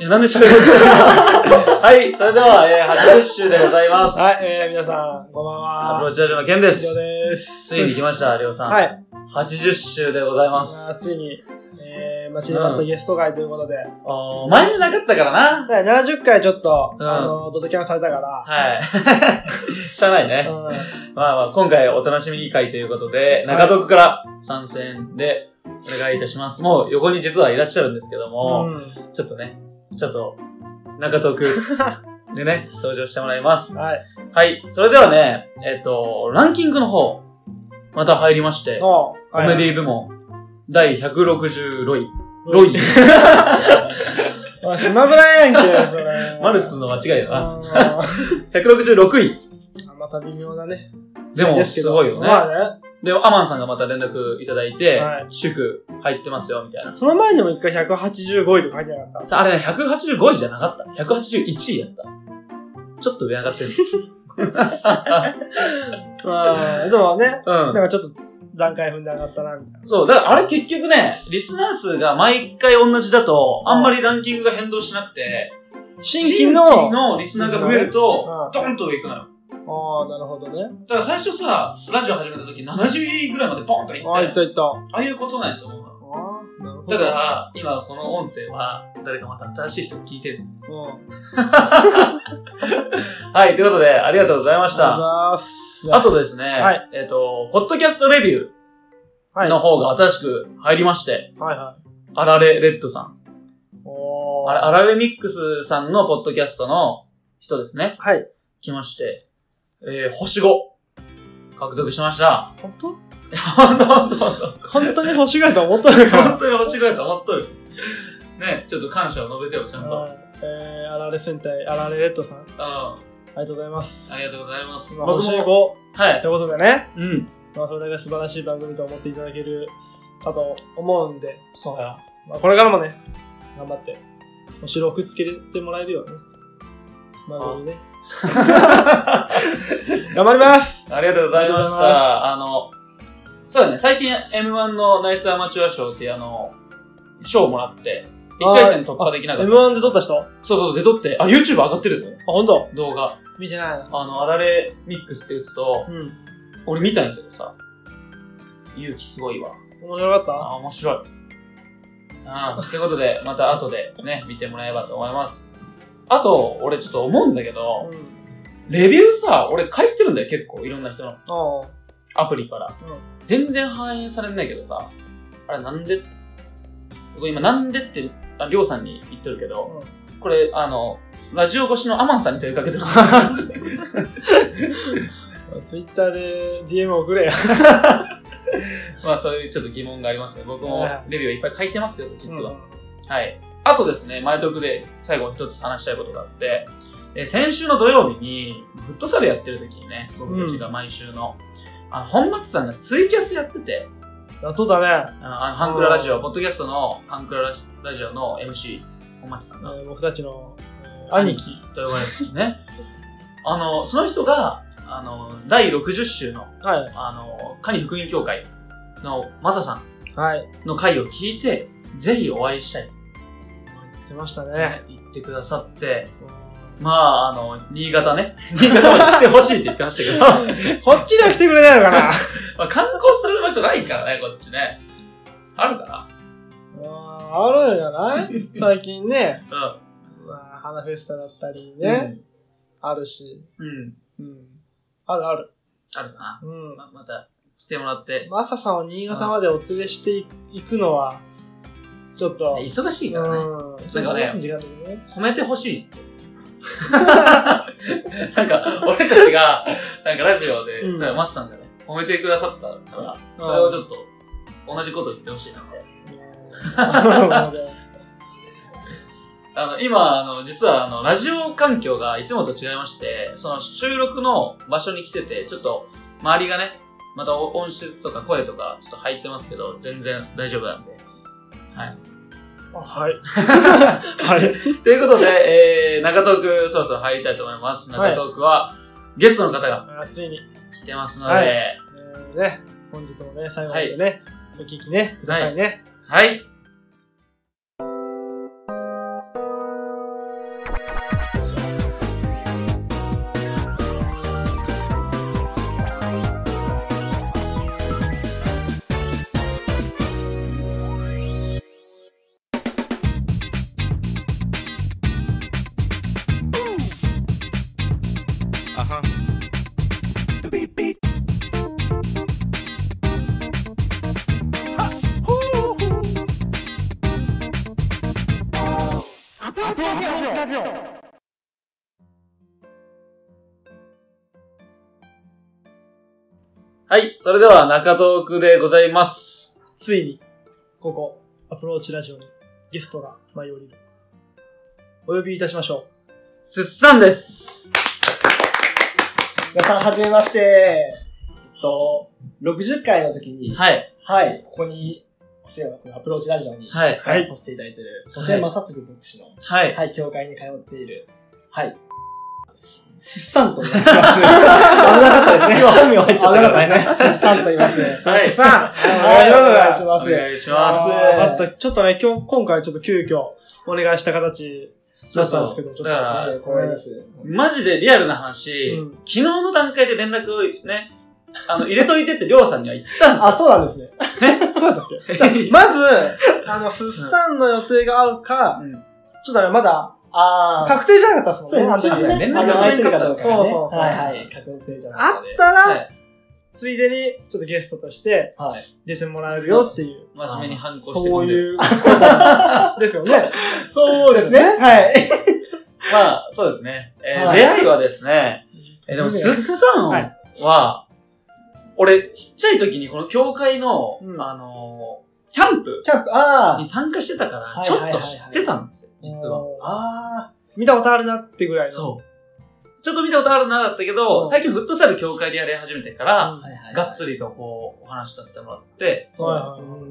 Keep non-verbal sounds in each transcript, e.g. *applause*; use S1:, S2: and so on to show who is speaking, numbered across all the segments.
S1: え、なんで喋ろうとしたの *laughs* はい、それでは、えー、80週でございます。
S2: はい、えー、皆さん、こんばん
S1: アプロ
S2: は。
S1: ーチラジオのケンで
S2: 以上
S1: す。
S2: です。
S1: ついに来ました、りょうさん。
S2: はい。
S1: 80週でございます。
S2: まあ、ついに、えー、待ちに待ったゲスト会ということで、
S1: おー前じゃなかったからな。
S2: だから70回ちょっと、
S1: うん
S2: あの、ドタキャンされたから、
S1: はい。 *laughs* しゃあないね。
S2: うん、
S1: まあまあ、今回お楽しみ会ということで、中徳から参戦でお願いいたします。もう横に実はいらっしゃるんですけども、
S2: うん
S1: ちょっとね、ちょっと、中徳で
S2: *laughs*
S1: ね、登場してもらいます。
S2: はい。
S1: はい。それではね、えっ、と、ランキングの方、また入りまして、コ
S2: おう
S1: メデ
S2: ィ
S1: ィ部門、第160ロイ。ロイ。。
S2: スマブラやんけ、そ
S1: *laughs*
S2: れ
S1: マルスの間違いだな。
S2: うんあ
S1: 166位。
S2: また微妙なね。
S1: でも、
S2: ですけ
S1: す
S2: ど
S1: ごいよね。
S2: まあね。
S1: で、アマンさんがまた連絡いただいて、
S2: はい
S1: 祝、入ってますよ、みたいな。
S2: その前にも一回185位とか書いてなかった。
S1: さあれね、185位じゃなかった。181位やった。ちょっと上上がってる。
S2: うん。でもね、
S1: う
S2: *laughs* なん
S1: ん。
S2: かちょっと段階踏んで上がったな、みたいな。
S1: そう、だからあれ結局ね、リスナー数が毎回同じだと、あんまりランキングが変動しなくて、
S2: 新規の、
S1: のリスナーが増えると、
S2: う
S1: ドーンと上いくのよ。
S2: ああ、なるほどね。
S1: だから最初さ、ラジオ始めた時70位ぐらいまでポンといって、
S2: ああ、いったいった。
S1: ああいうことなんやと思うの。
S2: ああ、なるほ
S1: だ
S2: ど。
S1: か、ら、今この音声は、誰かまた新しい人が聞いてる。
S2: うん。
S1: はい、ということで、ありがとうございました。
S2: ありがとうございます。
S1: あ、とですね、
S2: はい
S1: えっ、と、ポッドキャストレビュー。
S2: はい。
S1: の方が新しく入りまして、
S2: はいは
S1: あられレッドさん。
S2: い。おー
S1: あらあられミックスさんのポッドキャストの人ですね。
S2: はい。
S1: 来まして、えー、星5。獲得しました。 *laughs*
S2: 本当
S1: 本当本当本
S2: 本当に欲しがると思ったの
S1: *laughs* 当
S2: *laughs* か
S1: 本当に星5やと思っとる。ね、ちょっと感謝を述べてよ、ちゃん
S2: な。
S1: と。うん。
S2: はいえー、あられ戦隊、あられレッドさん、あ
S1: あ
S2: りがとうございます。
S1: りがとうございます。
S2: まあ、星5
S1: も。は
S2: とい
S1: い。
S2: うことでね、
S1: うん。
S2: まあ、それだけ素晴らしい番組と思っていただけるかと思うんで、
S1: そう *laughs* や。
S2: まあ、これからもね、頑張って、星6つけてもらえるようにね、番組ね。頑張ります
S1: ありがとうございまし
S2: ありがとうござい
S1: た。あの、そうだね、最近 M1 のナイスアマチュア賞っていうあの、賞をもらって、1回戦突破できなかった。
S2: !M1 で撮った人あ、
S1: そうそう、で撮って、あ、YouTube 上がってる
S2: ほんと
S1: 動画。
S2: 見てないな。
S1: あの、あられミックスって打つと
S2: う、ん。
S1: 俺見たんやけどさ、勇気すごいわ。
S2: 面白かっ
S1: あ、面白い。ああ、ということで、また後でね、見てもらえればと思います。あと、俺ちょっと思うんだけ
S2: た
S1: ど、
S2: ん。
S1: レビューさ、俺書いてるんだよ、結構。いろんな人の。
S2: ああ。
S1: アプリから、
S2: うん
S1: 全然反映されないけどさあれなんでこれ今なんでってありょうさんに言ってるけど、これあのラジオ越しのアマンさんに問いかけてる
S2: ツイッターで DM 送れや。
S1: まあそういうちょっと疑問がありますね僕もレビューいっぱい書いてますよ実は、はいあとですね前トークで最後に一つ話したいことがあってえー先週の土曜日にフットサルやってる時にね僕たちが毎週の、あの本町さんがツイキャスやってて、
S2: やっとだね。
S1: あのあの、ハンクララジオ、ポッドキャストのハンクララジラジオの MC、本町さん
S2: え
S1: が、
S2: ー僕たちの、えー兄貴。
S1: と呼ばれるんですね。 *laughs* あの、その人が、あの、第60週の、
S2: はい。
S1: あの、カニ福音協会のマサさ
S2: はい。
S1: んの回を聞いて、ぜひお会いしたいって
S2: 出ましたね。
S1: 言ってくださって、
S2: うん
S1: まあ、あの、新潟ね、 *laughs* 新潟まで来てほしいって言ってましたけど、 *laughs*
S2: *laughs* こっちには来てくれないのかな
S1: まあ、観光する場所ないからね、こっちね。あるか
S2: *laughs* あーあるんじゃ *laughs* ない最近ね、
S1: な
S2: まあ、花フェスタだったり
S1: うん。
S2: ね、あるし。
S1: うん。うん。
S2: うん。あるある。
S1: あるかな。
S2: うん。
S1: ままた来てもらって、
S2: マサさんを新潟までお連れしていいくのは、ちょっと、
S1: 忙しいからね、
S2: うん。
S1: なんかね
S2: 時間的にね。
S1: 褒めてほしい *laughs* って。なんか、俺たちが、なんかラジオで、
S2: うん
S1: そうマスさんがね、褒めてくださったから、
S2: うん
S1: それをちょっと、同じこと言ってほしいなって。
S2: *laughs*
S1: あの、今、あの、実は、あの、ラジオ環境がいつもと違いまして、その収録の場所に来てて、ちょっと、周りがね、また音質とか声とか、ちょっと入ってますけど、全然大丈夫なんで。はい。
S2: はい。
S3: *laughs*
S2: はい。
S1: ということで、えー、中トークそろそろ入りたいと思います。中トークは、ゲストの方が
S2: あついに、
S1: 来てますので、は
S2: はいい。えーね、本日もね、最後までね、お聞きね、くださいね。
S1: はい。はい、それでは中トークでございます。
S2: ついに、ここ、アプローチラジオにゲストが舞い降りる。お呼びいたしまし
S3: *laughs*
S2: ょ
S1: すっさんです。
S3: 皆さん、はじめまして。えっと、60回の時に、
S1: はい、
S3: はい、ここに、お世話のこのアプローチラジオに、
S1: はい、
S3: はい、させていただいている、
S1: はい
S3: 補正正嗣牧師の、
S1: はい。
S3: はい、教会に通っている、はい、す、すっさんと申します。危なかったですね。
S1: 本名入っ
S3: 危なかったですね。すっさんと言いますね。
S2: う。
S1: はい
S2: さあ、
S3: はい、お願いし
S1: お
S3: ます。
S1: 願いします。
S2: あった。ちょっとね、今日、今回ちょっと急遽お願いした形
S1: そ
S2: だ
S1: う
S2: ったん
S1: そ
S2: ですけ
S1: う。
S2: ど、ちょっと。
S1: だから、
S3: はい光栄です。
S1: マジでリアルな話、
S2: うん
S1: 昨日の段階で連絡をね、あの、入れといてってりょうさんには言ったんです
S3: あ、 *laughs* そうなんですね。
S2: そうだったっ
S1: *laughs*
S2: けじゃあまず、あの、すっさんの予定が合うか、
S1: よ。
S2: ちょっとね、まだ
S3: あー。
S2: 確定じゃなかったです
S3: そう
S2: もん
S3: で
S2: ね、
S3: す
S2: あ
S3: ね、
S2: の
S3: ち
S2: 時
S1: 連絡が
S3: ょっとね、あの、空い
S1: 取
S3: て
S1: れ
S3: る
S1: な
S3: か
S1: か
S3: ど
S1: っ
S3: う
S1: たから
S2: ね
S3: かね。はいはい、確定じゃな
S2: あ
S3: か
S2: っ
S3: で。
S2: たら、
S1: はい。
S2: ついでに、ちょっとゲストとして
S3: はい。
S2: 出てもらえるよっていう、
S1: 真面目に反抗して
S2: そ
S1: く
S2: う
S1: れる。
S2: いうことですよね。
S3: そうですね。はい。
S1: まあ、そうですね。えー
S3: はい
S1: 出会いはですね、えーでも、すっさん
S2: はい
S1: は、俺、ちっちゃい時にこの教会の、
S2: うん
S1: あのーキャンプ
S3: キャンプ、あ
S1: に
S3: ー
S1: 参加してたから、
S3: はい
S1: ちょ
S3: はいは
S1: っ
S3: い
S1: と
S3: はい
S1: 知ってたんですよ、実は。
S3: あ
S2: 見たことあるなってぐらいの。
S1: そう。ちょっと見たことあるなだったけど、
S2: うん
S1: 最近フットサル教会でやり始めてから、
S3: ー。はいはいはい
S1: がっつりとこう、お話しさせてもらって、
S3: そうなん
S2: はいはい
S3: です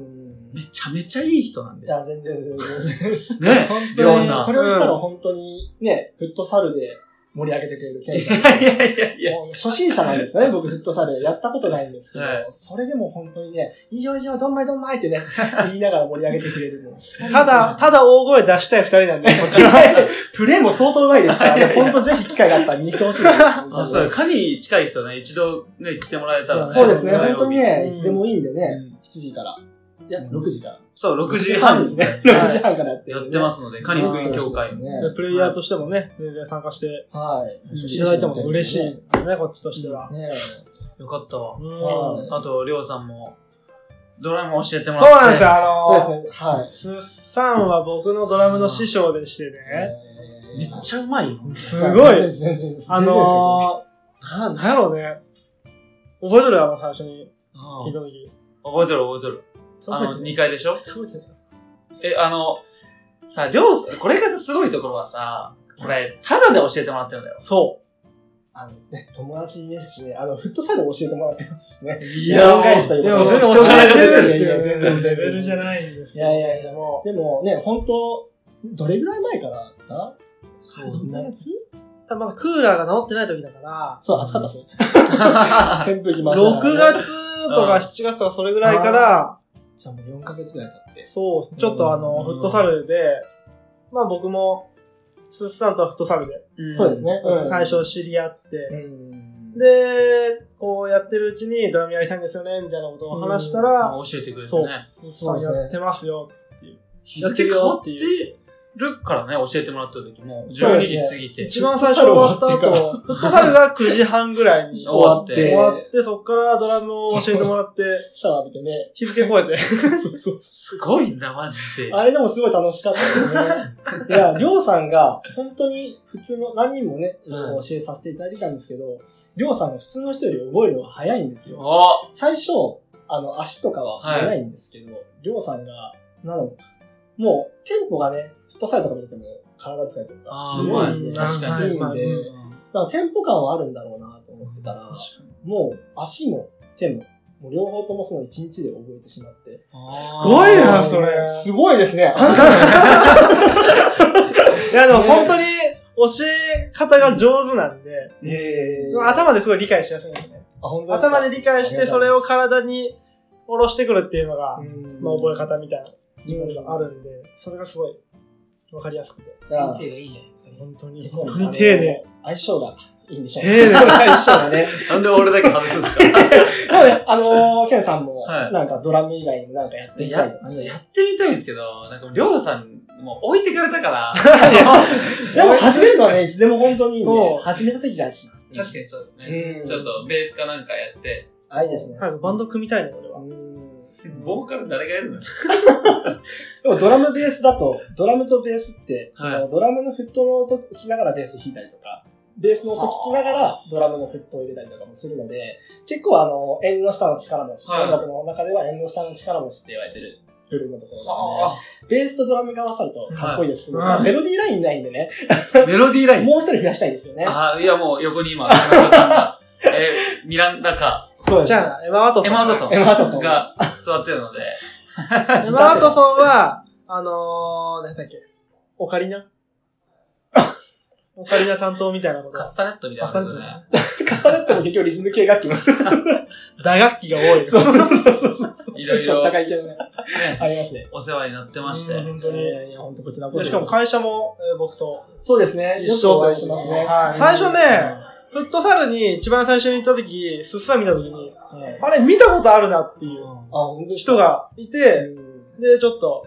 S1: め
S3: ね。
S1: ちゃめちゃいい人なんで
S3: い
S1: す
S3: や、
S1: よ。
S3: 全然全然全然。
S1: ね。
S2: 本
S1: りょうさん
S3: それを言ったら
S2: うん
S3: 本当にね、フットサルで盛り上げてくれるケン
S1: い
S3: さん。
S1: やいやいやいや。
S3: もう初心者なんですよね、僕フットサルやったことないんですけど
S1: はい、
S3: それでも本当にね、いいよいいよ、どんまいどんま
S1: *laughs*
S3: いってね、言いながら盛り上げてくれるの。
S2: ただ、ただ大声出したい二人なんで、もちろん。
S3: プレイも相当上手いですからね、本当ぜひ機会があったら見に来てほしいです。
S1: あ、そう、カニ近い人ね、一度ね、来てもらえたらね。
S3: そうですね、
S1: 火曜日
S3: 本当に
S2: うん
S3: ね、いつでもいいんでね、
S1: うん
S3: 7時から。いや、
S1: うん
S3: 6時から。
S1: そう、6時半ですね。
S3: 6
S1: はい
S3: 時半からやって
S1: や
S3: る
S1: っ
S3: んで
S1: てますので、カニ福音教会。
S3: ね
S2: プレイヤーとしてもね、全然参加して
S3: はい。
S2: いただいても嬉しい。ね、こっちとしては。
S3: ね
S1: よかったわ
S2: う。ん
S3: はい
S1: あと、りょうさんも、ドラム教えてもらっ
S2: そ
S1: て。
S2: うなんですよ、あ
S3: そう
S2: の
S3: ですね、はい。
S2: すっさんは僕のドラムの師匠でしてね、
S1: め
S3: え
S1: っちゃうまいよ。
S3: ー
S2: すごい
S3: 全然全然
S2: あのー、な、なんやろうね。覚えとるわ、もう最初に聞
S1: 覚
S2: いたとき。
S1: えてる覚えてる。あの、2階でしょ
S2: 覚えてない
S1: え、あの、さ、りょうさん、これがさ、すごいところはさ、これ、ただで教えてもらってるんだよ。
S2: そ
S3: あのね、友達ですしね、あの、フットサル教えてもらってますしね。
S1: い
S3: いや、恩返しと
S2: う。
S3: い
S2: いうや、
S3: こ
S2: 全
S3: とで
S2: 然教えてるっ
S3: い
S1: *laughs*
S2: ていう、
S3: やいや全
S2: 全
S3: 然
S2: 然レベルじゃないんです
S3: い
S2: けど
S3: やいやいや、もう、でもね、本当どれぐらい前からだった
S1: そう
S3: どんなやつ
S2: ただまだクーラーが治ってない時だから、
S3: そう、暑かったっすね。
S1: だ。
S3: 扇風機回しながら
S2: 6
S3: ね
S2: 月とか7月とかそれぐらいから、
S3: じゃあもう4ヶ月ぐらい経って。
S2: そう、ちょっとあ
S1: う
S2: の、
S1: ん
S2: フットサルで、まあ僕も、すっさんとはフットサルで、
S1: ん
S3: そうです。ね。
S2: うん最。初知り合って、
S3: ん
S2: で、こうやってるうちにドラムやりたいんですよね、みたいなことを話したら、
S1: あ教えてくれて
S2: そう
S1: ね。、
S2: すっさんやってますよ。
S1: 日付変わってるからね、教えてもらった時も、
S3: そう
S1: 12
S3: です
S1: 時
S3: ね
S1: 過ぎて。
S2: 一番最初終わった後、フットサルが9時半ぐらい *laughs* に
S1: 終わって
S2: 終わって、そっからドラムを教えてもらって、 *laughs*
S3: シャワー浴びてね。
S2: 日付超えて。
S1: すごいんだ、マジで。
S3: *laughs* あれでもすごい楽しかったですね。いや、りょうさんが、本当に普通の、何人もね、
S1: うん
S3: 教えさせていただいてたんですけど、りょうさんが普通の人より覚えるのが早いんですよ。
S1: お
S3: 最初、あの、足とかは長いんですけど、りょうさんが、なの、もう、テンポがね、フットサイトとか見ても体使いとか、
S1: あー
S3: すごいんで、
S1: まあ確か
S3: い
S2: に
S3: いんで、だからテンポ感はあるんだろうなと思ってたら、もう足も手も、もう両方ともその一日で覚えてしまって。
S1: す
S2: ご
S1: *laughs*
S2: いなそれ
S3: すごいですね。
S2: いや、でも本当に教え方が上手なんで、
S3: え
S2: 頭ですごい理解しやすいんですね。
S3: あ本当ですか
S2: 頭で理解して、それを体に下ろしてくるっていうのが、
S3: うん
S2: まあ覚え方みたいな、自分があ
S3: うん
S2: るんで、それがすごいわかりやすくて。
S1: 先生がいいね。
S2: 本当に、
S3: 日
S2: 本
S3: 本
S2: 当に丁寧。。
S3: あの相性がいいんでしょうね。
S2: 丁寧
S3: 相性がね。 *laughs*
S1: なんで俺だけ外すん *laughs* ですか
S3: でもね、あのー、ケンさんも、
S1: はい
S3: なんかドラム以外にもなんかやってみ
S1: や
S3: た
S1: や
S3: りとかね。
S1: ってみたいんですけど、なんかもうりょうさん、もう置いてかれたから、
S3: でも始めるのはね、いつでも本当にいいんで
S2: そう
S3: 始めた時が始
S1: 確かにそうです
S3: ま
S1: ね。
S3: うん
S1: ちょっ。とベースかなんかやって、
S3: あ、いいですね。
S2: 早くバンド組みたいね、俺は。
S3: うん
S1: ボーカル誰がやるの
S3: でもドラムベースだと、ドラムとベースって、そ
S1: は
S3: のドラムのフットの音弾きながらベース弾いたりとか、ベースの音聞きながら、ドラムのフットを入れたりとかもするので、結構あの、縁の下の力持ち、
S1: はい
S3: 音楽の中では縁の下の力持ちって言われてる部分のところなの
S1: は
S3: で、ベースとドラムが合わさるとかっこいいですけど、
S2: はい
S3: まあメロディーラインないんでね、
S1: あ、メロディーライン。
S3: もう一人増やしたいですよね。
S1: ああ、いやもう横に今、田中さんが、えーミランダか、
S3: そうです
S2: じゃあ、エマ・ワト
S1: エ
S2: ソン。
S1: マ・ワトソ
S3: エマワトソ
S1: ン
S3: ン
S1: が座ってるので、
S2: *laughs* エマ・ワトソンは、あのー、何だっけ、オカリナオカリナ担当みたいなこと
S1: カ。スタネットみたいなことね。
S3: カスタネットも結局リズム系楽器の
S2: 打楽器が多いです。
S3: そうそうそうそう。
S1: いろいろ
S3: 高い系もね、
S1: ね、
S3: ありますね。
S1: お世話になってまして。
S2: うん本当に。
S3: いや、ほんとこちらこそ。
S2: しかも会社も、えー僕と
S3: そうですね。
S2: 一緒
S3: よくお
S2: と
S3: 会いしますね。
S2: はい最初ね、フットサルに一番最初に行った時、すっさん見た時に、
S3: はいあ、
S2: あれ見たことあるなっていう
S3: ほんと
S2: 人、がいうて、
S3: ん
S2: で、ちょっと、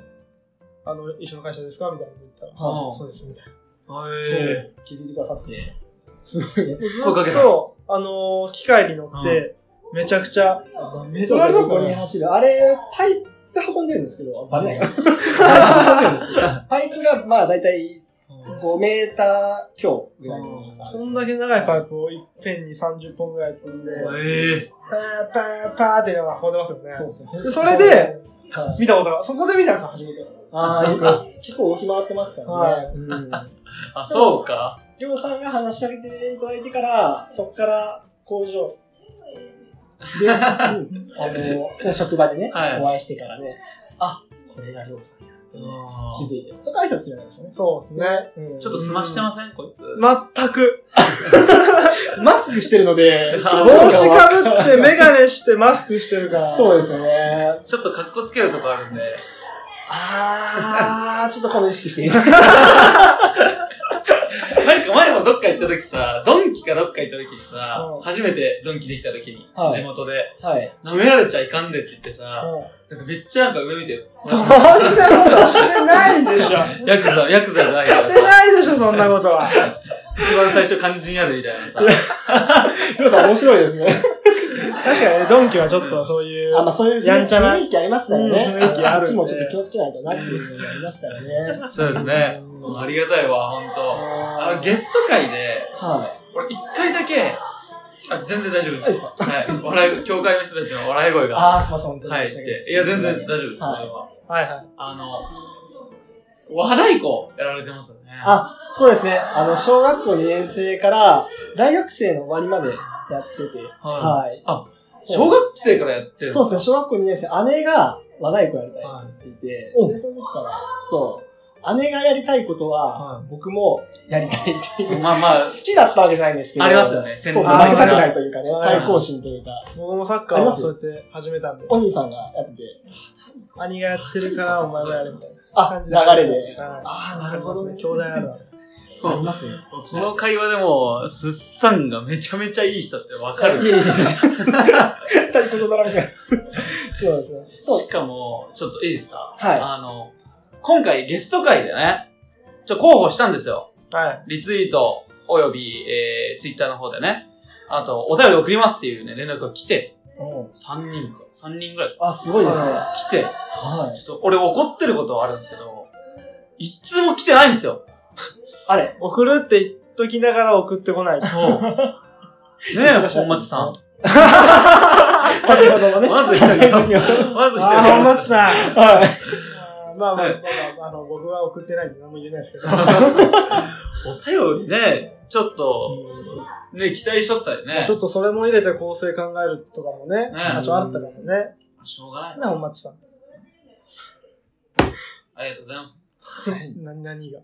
S2: あの、一緒の会社ですかみたいなこと言ったら、
S1: うん
S2: そうです、みたいな。
S1: へえ。
S3: 気づいてくださって、すごいね。
S2: ず
S1: 声かけ
S2: ったと、あのー機械に乗って、めちゃくちゃ、め
S3: それあります
S2: か
S3: か
S2: ね
S3: ね走る。あれ、パイプ運んでるんですけど、バレないかなパイプ運んでるんですけどパイプが、まあ、だいたい5メーター強ぐらいの長さ。
S2: そんだけ長いパイプをいっぺんに30本ぐらい積んで、
S3: そう
S1: へえ。
S2: パーパーパーってのが運んでますよね。
S3: そうですね
S2: で。それで、
S3: はい
S2: 見たことが、そこで見たんですよ、初めて。
S3: ああ、よく結構動き回ってますからね。うん
S1: あ、そうか。
S3: りょうさんが話しかけていただいてから、そこから工場で、うん
S1: *laughs*
S3: あの、その職場でね、
S1: はい
S3: お会いしてからね、あ、これがりょうさんやってね、気づいて、そこ挨拶するようになりましたね。
S2: そうですね。
S3: うん
S1: ちょっと済ましてませんこいつ。
S2: 全く、
S3: マスクしてるので、
S1: あ
S2: 帽
S1: そう
S2: 子かぶって、メガネして、マスクしてるから。
S3: そうですよね。
S1: ちょっと格好つけるとこあるんで。
S3: あー、ちょっとこの意識してみて。
S1: なんか前もどっか行った時さ、ドンキかどっか行った時にさ
S2: う、ん
S1: 初めてドンキできた時に
S3: は、い
S1: 地元で、
S3: はい。
S1: 舐められちゃいかんでって言ってさ、
S2: うん
S1: なんかめっちゃなんか上見
S3: *laughs*
S1: てよ。
S2: そんなことしてないでしょ。し
S1: ヤクザ、ヤクザじゃないから
S2: て
S1: さ、
S2: ないでしょ、そんなことは。
S1: 一番最初肝心やでみたいなさ。
S3: りょうさん面白いですね。
S2: 確かにね、ドンキはちょっとそういう。
S3: あ、まあそういう
S2: やんちゃな
S3: 雰囲気ありますからね。
S2: うん雰囲気ある
S3: っちもちょっと気をつけないとなっていうのがありますからね。
S1: そうですね。ありがたいわ、ほんと。あの、ゲスト会で、
S3: はい。
S1: 俺一回だけ、あ、全然大丈夫です。はい。笑い、教会の人たちの笑い声が
S3: あー、すいません、本当に。
S1: 入って。いや、全然大丈夫です、それ
S3: はい
S1: は。
S2: はいはい。
S1: あの、和太鼓やられてますよね。
S3: あ、そうですね。あの、小学校2年生から大学生の終わりまでやってて。
S1: は
S3: はい。
S1: あい。
S3: そう
S1: 小学生からやってるん
S3: そうです
S1: か
S3: ね。小学校2年生、姉が和太鼓やりたい
S1: は
S3: って言っていて、
S2: お
S3: で、その時から、そう。姉がやりたいことは
S1: は、
S3: 僕もやりたいっていう。
S1: まあまあ
S3: 好、きだったわけじゃないんですけど。
S1: ありますよね
S3: そうそう、
S1: 先
S2: 生
S3: 負けたくないというかね、
S2: はい
S3: 対抗心というか、
S2: 僕もサッカーをそうやって始めたんで。
S3: お兄さんがやってて、
S2: 兄がやってるから、お前もやるみたいな
S3: あ
S2: 感、じ
S3: 流れで。
S2: あ
S3: あーなるほどね
S2: 兄弟あるある。
S3: ありますね。
S1: この会話でも、すっさんがめちゃめちゃいい人ってわかる。
S3: いやいやいや。対抗ドラマじゃない。そうですね。そう。
S1: しかも、ちょっといいですか
S3: はい。
S1: あの、今回ゲスト会でね、ちょ、候補したんですよ。
S2: はい。
S1: リツイート、および、えー、ツイッターの方でね。あと、お便り送りますっていうね、連絡が来て、
S3: うん
S1: 3人か、3人ぐらい
S3: あ、すごいですね。は
S1: 来て、
S3: い。
S1: ちょっと俺怒ってることはあるんですけど、いっつも来てないんですよ。
S3: あれ
S2: 送るって言っときながら送ってこ
S3: *laughs*
S2: ない。 *laughs*
S1: そう。ねえ、本町さん。
S3: 先ほどのね。
S1: まず一人が。まず一人
S2: あー、本町さん。
S3: はい。
S2: あーまあまあ、まあまあ、あの、僕は送ってないんで何も言えないですけど。
S3: *laughs*
S1: お便りね、ちょっと、ね、期待しとったよね
S2: ちょ。っとそれも入れて構成考えるとかもね、
S1: ね
S2: 多少あったかもね。
S1: しょうがない。
S2: な、本町さん。
S1: ありがとうござい
S2: *laughs*
S1: ます。
S2: な、何が。
S1: ね、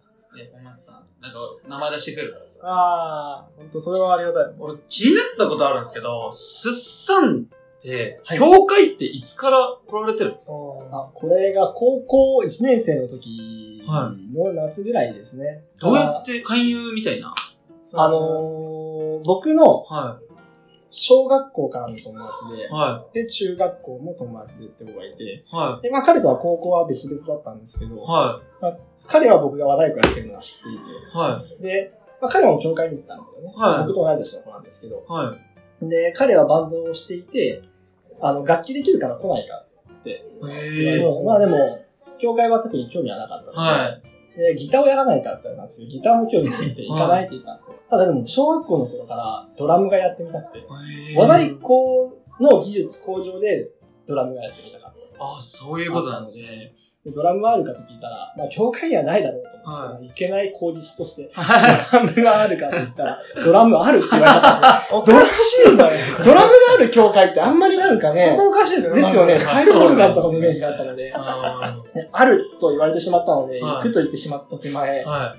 S1: 本町さん。なんか、名前出してくれるからさ。
S2: ああ、ほんと、それはありがたい。
S1: 俺、気になったことあるんですけど、すっさんって、
S3: はい
S1: 教会っていつから来られてるんですか
S2: そ
S3: あこれが高校1年生の時
S1: は
S3: の夏ぐらいですね。
S1: どうやって勧誘みたいな。
S2: う
S3: あ、のー、僕の
S1: は
S3: 小学校からの友達
S1: い。は
S3: で、で、中学校も友達でって子がいて、
S1: い。は
S3: で、まあ彼とは高校は別々だったんですけど、
S1: い。は
S3: 彼は僕が和太鼓やってるのは知ってい
S1: い。はい。
S3: て、で、まあ彼も教会に行ったんですよね。
S1: はい
S3: 僕と同い年の子なんですけど、
S1: はい。
S3: で、彼はバンドをしていて、あの、楽器できるから来ないか。
S1: ええ
S3: うんまあでも、教会は特に興味はなかったので、
S1: はい。
S3: で、ギターをやらないかってなんですけど、ギターも興味ないって行かないって言ったんですけど、ただでも小学校の頃からドラムがやってみたくて、和太鼓の技術向上でドラムがやってみたかった。
S1: あ、そういうこと
S3: *laughs*
S1: なんですね。
S3: でドラムはあるかと聞いたら、まあ、教会にはないだろうと思って、まあいけない口実として、ドラムがあるかと言ったら、ドラムあるって言われちゃったんですよ。
S2: おかしいだ
S1: *laughs*
S2: ろ。
S3: ドラムがある教会ってあんまりなんか
S2: 相、
S3: ね
S2: 当おかしいですよ
S3: で
S2: ね。
S3: すよね、
S1: まあ
S3: タイトルガンとかのイメージがあったので、
S1: あ
S3: ねあると言われてしまったので、
S1: はい
S3: 行くと言ってしまった手前、
S1: ーは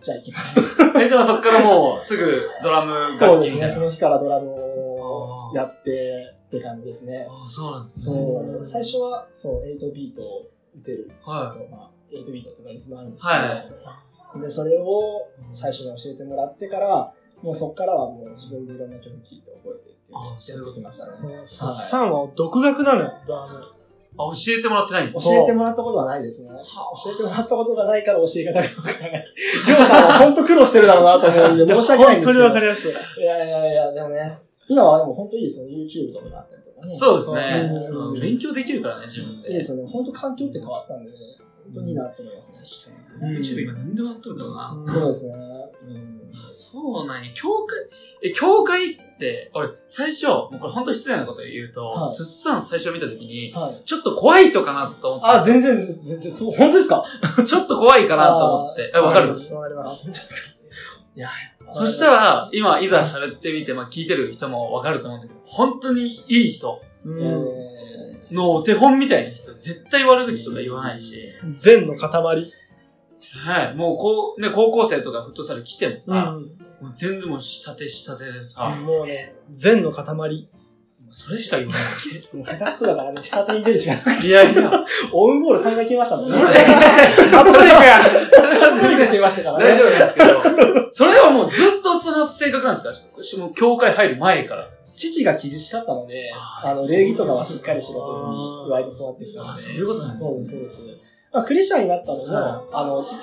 S3: じゃあ行きますと。
S1: い。え、じゃあそっからもうすぐドラム
S3: そう
S1: 楽
S3: で
S1: 器
S3: す
S1: みたい
S3: ね、そ
S1: な。
S3: の日からドラムをやってって感じですね。
S1: あーそうなんですね。
S3: そう、最初は、そう、8ビートを打てるあ
S1: は
S3: と、まあ、8ビートってリズムあるんですけど、
S1: は
S3: で、それを最初に教えてもらってから、もうそこからはもう自分でいろんな曲聴いて覚えてっていうのを
S1: あそういう
S3: や
S1: こ
S3: って
S1: と
S3: きました
S2: も
S3: ね。
S2: うサッサンは独学なのよ、ドラム。
S1: い。あ、教えてもらってないんです
S3: 教えてもらったことはないですね。
S1: は
S3: 教えてもらったことがないから教え方がわからない。りょうさんは本当苦労してるだろうなと思うんで、申し訳ないん
S2: 本
S3: で
S2: 当
S3: すけ
S2: に
S3: ど。
S2: わかりやすい。
S3: いやいやいや、でもね、今はでも本当いいですよね。YouTube とかがあったりとかね。
S1: そうですね。
S3: うん
S1: うん勉強できるからね、自分
S3: いいで
S1: で。
S3: すよね。本当環境って変わったんでね、本当にいいなと思いますね。確
S2: うん
S1: YouTube 今何でもやっとるからな。
S2: うん
S3: そうですね。うん。
S1: あそうなんや。教会、え、教会って、俺、最初、もうこれ本当に失礼なこと言うと、
S3: はい
S1: すっさん最初見たときに、
S3: はい。
S1: ちょっと怖い人かなと思って。
S3: あ、全然、全然、そう、本当ですか
S1: ちょっと怖いかなと思って。え、わかる
S3: わかります。いや、
S1: そしたら、今、いざ喋ってみて、まあ、聞いてる人もわかると思うんだけど、本当にいい人
S3: え
S2: うん。
S3: ー
S1: のお手本みたいな人、絶対悪口とか言わないし、
S2: 善の塊。
S1: はい。もう、こう、ね、高校生とかフットサル来ても
S2: う
S1: さ、
S2: ん。
S1: もう全然もう下手下手でさ、
S2: もうね、善の塊。
S1: もうそれしか言わな
S3: もう下手くそだからね、下手に出るし
S1: *laughs*
S3: かない。
S1: い。いやいや、
S3: オウンゴール3回決めました
S1: そ
S3: も
S1: れ
S3: んね。、
S2: あ、それか
S1: それは
S3: 3
S1: 全
S3: 回
S1: 然
S3: 決めましたから
S1: 大
S3: ね。
S1: 丈夫ですけど、それはもうずっとその性格なんですかもう教会入る前から。
S3: 父が厳しかったので、
S1: あー
S3: あの、礼儀とかはしっかりしろというふうに言われて育ってきた
S1: あ
S3: の
S1: あ、
S3: で。
S1: そういうことなんです
S3: そう
S1: ね。
S3: です、そうです。まあ、クリスチャンになったのも、
S1: は
S3: あの、父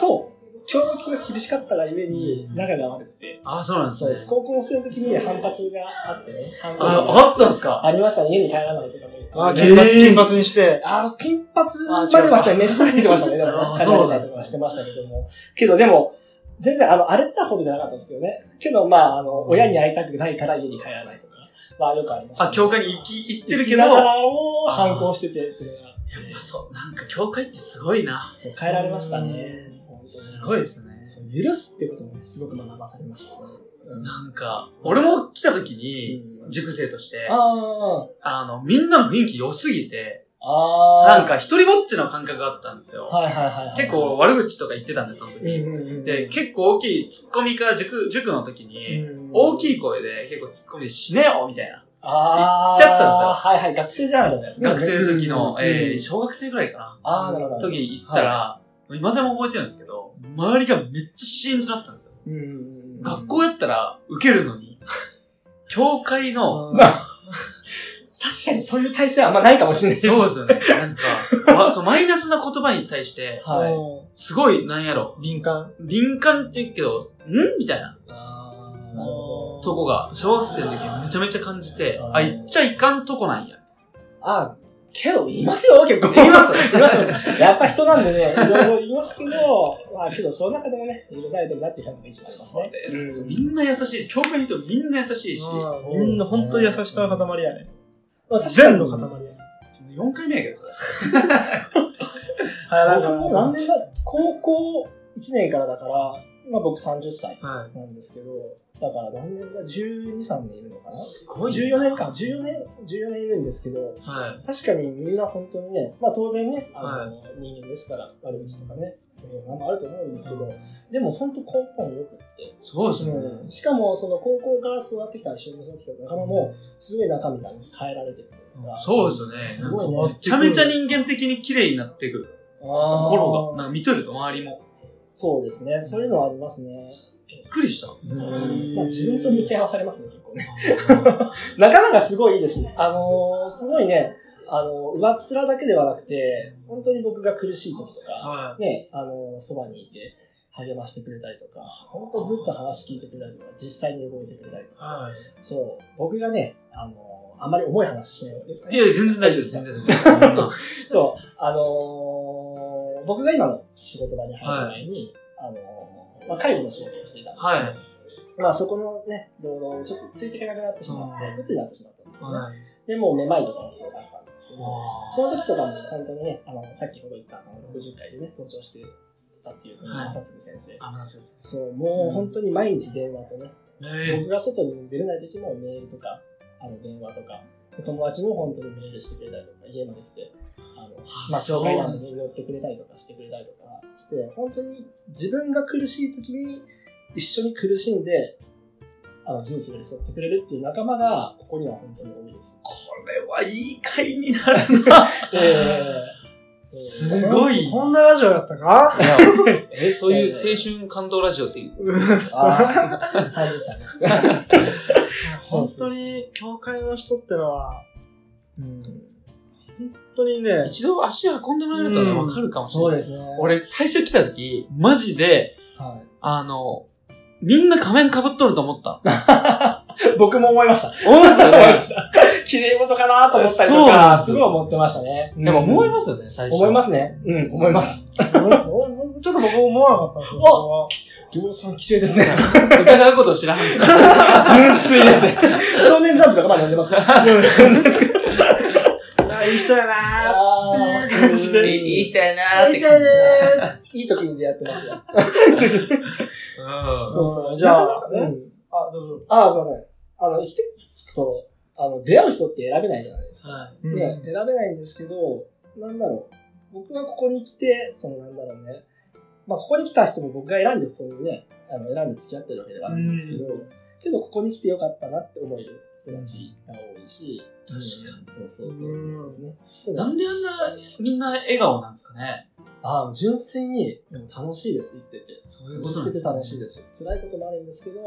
S3: と、教育が厳しかったがゆえに
S1: う、ん
S3: 仲が悪くて。
S1: ああ、そうなんです
S3: そう
S1: ね
S3: です。。高校生の時に反発があってね。反発が
S1: あ、あったんですか
S3: ありましたね。家に帰らないとかも。
S2: あ、
S3: ね
S2: 金髪、金髪にして。
S3: あの、金髪までましたね。飯食ってましたね。でも
S1: あ
S3: ね、
S1: そうなん
S3: た
S1: で
S3: り
S1: す
S3: と
S1: ね
S3: かしてましたけども。けどでも、全然、あの、荒れてたほどじゃなかったんですけどね。けど、まあ、あの、親に会いたくないから家に帰らないとか、まあ、よくありました、
S1: あ、教会に行き、行ってるけど、
S3: 行きなが
S1: やっ
S3: らも反抗してて、っていうのが
S1: ぱそう、なんか教会ってすごいな。
S3: そう変えられましたね。本当に
S1: すごいですね。
S3: そう許すってこともすごく学ばされましたね。うん
S1: なんか、俺も来た時に、塾生として、
S3: あ
S1: あの、みんなの雰囲気良すぎて、
S3: あ、ああ。
S1: なんか一人ぼっちの感覚があったんですよ。
S3: はいはいはいはい。
S1: 結構、悪口とか言ってたんです、その
S3: うん
S1: 時。
S3: うんうん、
S1: で、結構大きいツッコミか塾、塾の時に、
S3: うん
S1: 大きい声で結構ツッコミで死ねよみたいな。
S3: ああ。
S1: 言っちゃったんですよ
S3: はいはい。学生じゃなかったやつね
S1: 学生の時の、
S3: うん
S1: えー小学生ぐらいか
S3: ああ、なるほ
S1: な。
S3: ど。
S1: 時に行ったら、今でも覚えてるんですけど、周りがめっちゃシーンとなったんですよ。
S3: うんうんうん
S1: 学校やったら受けるの
S3: *laughs*
S1: に、教会の、
S2: まあ
S3: 確かにそういう体制はあんまないかもしれないです。
S1: そうですよね。なんか、わそうマイナスな言葉に対して、
S3: はい。
S2: も
S1: すごい、なんやろ
S2: う、敏感。
S1: 敏感って言うけど、んみたいな
S3: あーなるほど
S1: とこが、小学生の時にめちゃめちゃ感じて、あ、言っちゃいかんとこなんや。
S3: あけど、いますよ、結構。
S1: *laughs* 言います
S3: いますよやっぱ人なんでね、いろいろ言いますけど、まあ、けど、その中でもね、許されてるなっていう感じが一番ありますね。うん
S1: みんな優しいし、教会の人みんな優しいし、
S3: うですね
S2: みんな本当に優しさの塊やね。
S3: まあ確か
S2: 善
S3: に
S2: の塊やね。
S1: 4回目やけど、それ。
S2: はい、
S3: 僕も
S2: な
S3: 何
S2: んか、
S3: 年だ高校1年からだから、まあ僕30歳
S1: は
S3: なんですけど、だから何年だ ?12、3年いるのか
S1: い。
S3: な
S1: すごい。
S3: ?14 年か、14年、14年いるんですけど、
S1: は
S3: 確かにみんな本当にね、まあ当然ね、あの、人間ですから、悪口とかね、えー、あると思うんですけど、でも本当根本よくって
S1: い。、そうですね。
S3: うんしかもその高校から育ってきた一緒に育ってきた仲間も、すごい中身がね変えられてるというか。。
S1: そううです
S3: す
S1: よ
S3: ご
S1: ね。
S3: い
S2: なん
S3: ね
S1: め。ちゃめちゃ人間的に綺麗になってくる。心が。
S3: あ
S1: な
S3: ー
S1: んか見とると周りも。
S3: そうですね。そういうのはありますね。
S1: びっくりした。
S3: まあ、自分と向き合わされますね、結構ね。
S1: は
S3: *laughs* なかなかすごいいいです。あのーすごいね、あのー上っ面だけではなくて、本当に僕が苦しい時とか、
S1: い。
S3: ね、あのーそばにいて励ましてくれたりとか、本当ずっと話聞いてくれたりとか、実際に動いてくれたりとか、
S1: は
S3: そう、僕がね、あのーあんまり重い話しないわけです
S1: い。い
S3: ね。
S1: や、全然大丈夫です。全然大丈夫です。
S3: そう、あのー僕が今の仕事場に入る前に、あの、まあ、介護の仕事をしていたんです
S1: は
S3: けど、
S1: い。
S3: まあそこのね、労働にちょっとついていけなくなってしまって
S1: う、ん
S3: 鬱になってしまったんですね。
S1: はい。
S3: で、もうめまいとかもそうだったんですけど、
S1: は
S3: *laughs* その時とかも本当にね、あの、さっきほど言ったあの60回でね、登場してたっていう、その
S1: はい
S3: 正嗣先生。
S1: い。あ、先生。
S3: そう、もう本当に毎日電話とね、
S1: え
S3: 僕が外に出れない時もメールとか、あの電話とか、友達も本当にメールしてくれたりとか、家まで来て、あの、まあ、
S1: そう
S3: 紹
S1: なん
S3: 介
S1: だ
S3: なんで寄ってくれたりとかしてくれたりとかして、本当に自分が苦しい時に一緒に苦しんで、あの、人生寄り添ってくれるっていう仲間が、ここには本当に多いです。
S1: これはいい回になる
S3: *laughs*
S1: な。すごい。
S2: こんなラジオだったか
S1: え、そういう青春感動ラジオっていう。
S3: ああ、30歳ですか。
S2: 本当に、教会の人ってのは、うん、本当
S1: *laughs*
S2: にね、
S1: 一度足運んでもらえるとね、
S2: うん
S1: わかるかもしれない。
S3: そうですね。
S1: 俺、最初来た時、マジで、
S3: は
S1: あの、みんな仮面被っとると思
S3: *laughs*
S1: った。
S3: い、僕も思いました。
S1: 思いますよね。
S3: 綺麗事かなと思ったり
S1: そう
S3: と
S1: なん
S3: か、
S1: です
S3: す
S1: よ
S3: ごい思ってましたね。
S1: でも思い
S3: す。
S1: ますよね、最初。
S3: 思いますね。うん、思います。
S2: ちょっと僕思わなかったんですよ。そ
S3: 量産綺麗ですね。
S1: 疑うことを知らないです。
S3: 純粋ですね。少年ジャンプとかまだ読んでますか
S2: こはいい人やなーーっていう感じで
S1: いいい人やなーっ
S2: 会
S1: て
S2: いたいね
S3: いい時に出会ってますよ。
S1: うん。
S3: そうそう。
S2: じゃあ
S3: なかなかうん
S2: ーあ、どうぞ。
S3: ああ、すいません。あの、生きていくと、あの、出会う人って選べないじゃないですか。
S1: はい。
S2: うん
S3: ね、選べないんですけど、なんだろう。僕がここに来て、そのなんだろうね。まあ、ここに来た人も僕が選んでここにね、あの選んで付き合ってるわけではあるんですけど、けどここに来てよかったなって思える人たちが多いし、
S1: うん
S3: かに。そうそうそうそうですね。
S1: なんであんな、みんな笑顔なんですかね。
S3: ああ、純粋に、でも楽しいです、生きてて。
S1: そういうこと
S3: 生
S1: なん
S3: き
S1: で
S3: てて
S1: すね
S3: 楽しいです。辛いこともあるんですけ
S1: う
S3: ど、
S1: ん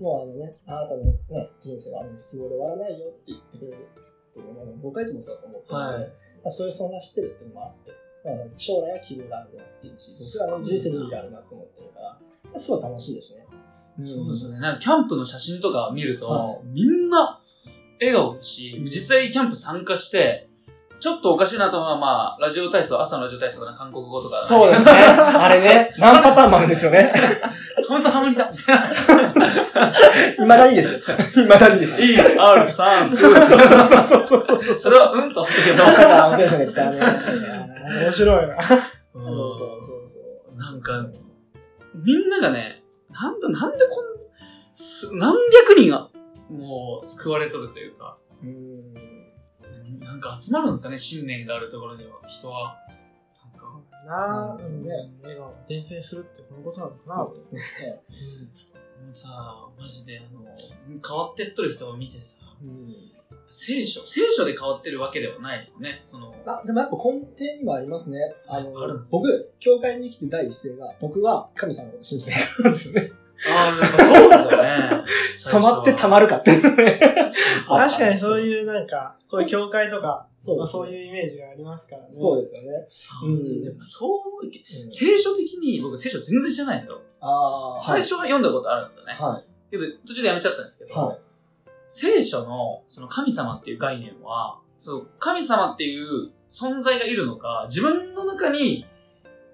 S3: もうあのね、あなたのね、人生はあの失望で終わらないよって言ってくれるっていうのは、僕はいつもそうだと思ってるので、
S1: はい
S3: まあ、そういう存在してるっていうのもあって、まあ将来は希望があるなっていうし、
S1: すごい
S3: 僕
S1: な
S3: はあの人生に意味があるなと思ってるから、すごい楽しいですね。
S1: そうですよ
S3: ね。
S1: ね。なんかキャンプの写真とか見ると、
S3: は
S1: みんな笑顔だし、実際キャンプ参加して、ちょっとおかしいなと思うのは、まあ、ラジオ体操、朝のラジオ体操かな、韓国語とか、ね。
S3: そうですね。あ
S2: *laughs*
S3: れね、何パターンもあるんですよね。
S1: カムサハムリだみたいな。
S3: *laughs* 未だにですよ。未だにです。
S1: ER さん、
S3: そうそうそうそうそうそう。
S1: それはうんと思ったけど。
S3: だから、お手ですからね。
S2: 面白いな。
S1: そ
S3: そうそうそうそう。
S1: なんかみんながね、なんだ、なんでこん、す何百人が、もう、救われとるというか、
S3: うん。
S1: なんか集まるんですかね、信念があるところには、人は。なんか、
S2: なあ、
S3: う
S2: うんん、笑顔を伝染するってこのことなのかな。
S3: そうですね。
S1: もうさ、マジで、あの、変わってっとる人を見てさ、
S3: うん
S1: 聖書、聖書で変わってるわけではないですよね、その、
S3: あ、でもやっぱ根底にはありますね。あの、
S1: あるんですね
S3: 僕、教会に来て第一声が、僕は神様を信じてるからですね。。
S1: ああ、やっぱそうですよね
S3: *laughs*
S1: *laughs*
S3: 染まってたまるかっていうね。
S2: 確かにそう
S3: う。
S2: いうなんか、こういう教会とか、
S3: そう
S2: まあ
S3: ですね
S2: そういうイメージがありますからね。
S3: そうですよね。
S1: うん
S3: うん
S1: やっぱそう、
S3: うん
S1: 聖書的に、僕聖書全然知らないんですよ。
S3: ああ。
S1: 最初は読んだことあるんですよね。
S3: は
S1: けど、途中でやめちゃったんですけ
S3: い。
S1: ど、
S3: はい。
S1: 聖書の、その神様っていう概念は、その神様っていう存在がいるのか、自分の中に、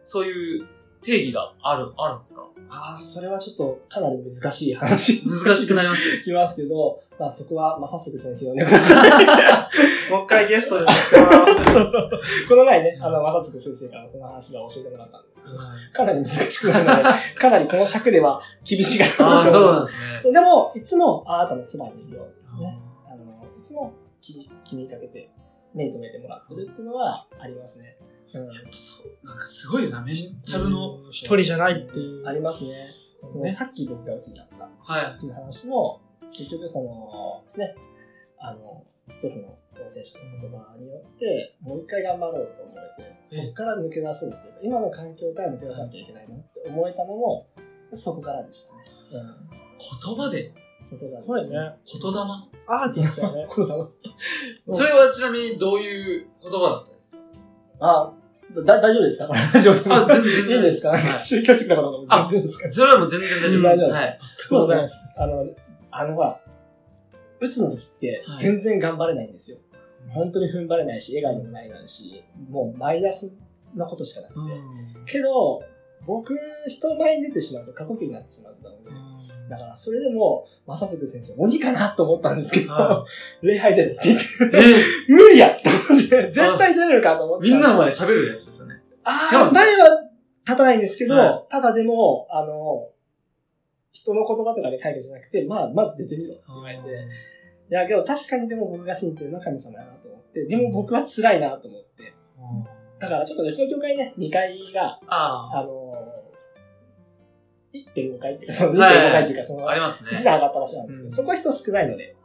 S1: そういう定義がある、あるんですか
S3: ああ、それはちょっとかなり難しい話。
S1: 難しくなり
S3: *laughs*
S1: ますよ。
S3: いきますけど、まあそこは、まさすぐ先生呼んでください。
S2: もう一回ゲストで来てもらおう。
S3: この前ね、あの、まさつく先生からその話は教えてもらったんですけど、かなり難しくなるので、かなりこの尺では厳しいかな
S1: ああ、そうなん
S3: で
S1: ですね。
S3: そう、でも、いつも、あなたのそばにいるよ。ねあの、いつも気に気にかけて、目に留めてもらってるっていうのはありますね。うん。
S1: やっぱそう、なんかすごいよな、メンタルの。
S2: うん一人じゃないっていう。
S3: ありますね。その
S2: ね
S3: さっき僕が鬱になったっ
S1: はい。
S3: ていう話も、結局その、ね、あの、一つのその選手の言葉によって、もう一回頑張ろうと思えて、そこから抜け出そうっていうか、今の環境から抜け出さなきゃいけないなって思えたのも、そこからでしたね。
S1: 言葉で、
S3: うん。
S2: すごいね。。
S1: 言霊。
S2: アーティストやね。
S3: この様うん
S1: それはちなみにどういう言葉だったんですか
S3: *laughs* あ、だ、大丈夫ですかこれ大丈夫
S1: あ、全然全
S3: いい
S1: 然
S3: ですか、
S1: はい
S3: 宗教塾の方とかも全然ですか
S1: それはもう全然大丈夫
S3: 大
S1: で
S3: 丈夫
S1: す。はい。
S3: そうです
S2: ね
S3: ね。。あの、あのほら、打つの時って
S1: はい
S3: 全然頑張れないんですよ。本当に踏ん張れないし、笑顔にもなれないし、もうマイナスなことしかなくて。
S1: うん
S3: けど、僕、人前に出てしまうと過呼吸になってしまったので、だからそれでも、正嗣先生、鬼かなと思ったんですけど
S1: は、
S3: 礼拝出るって言って、
S1: え
S3: 無理やと思って、絶対出れるかと思って。
S1: みんなの前で喋るやつですよね。
S3: あ
S1: 違うん
S3: あ、
S1: ですか
S3: 前は立たないんですけど、
S1: は
S3: ただでも、あの、人の言葉とかで解決じゃなくて、まあ、まず出てみろって言われて、いや、けど確かにでも僕が信じてるのは神様やなと思って、でも僕は辛いなと思って、だからちょっとねうちの教会ね、2階が、
S1: あ
S3: あの、1.5階っていうか、その1.5
S1: はい
S3: 階っていうか、その
S1: あ、あ、りますね。
S3: 一段上がった場所なんですけど、
S1: うん
S3: そこは人少ないので、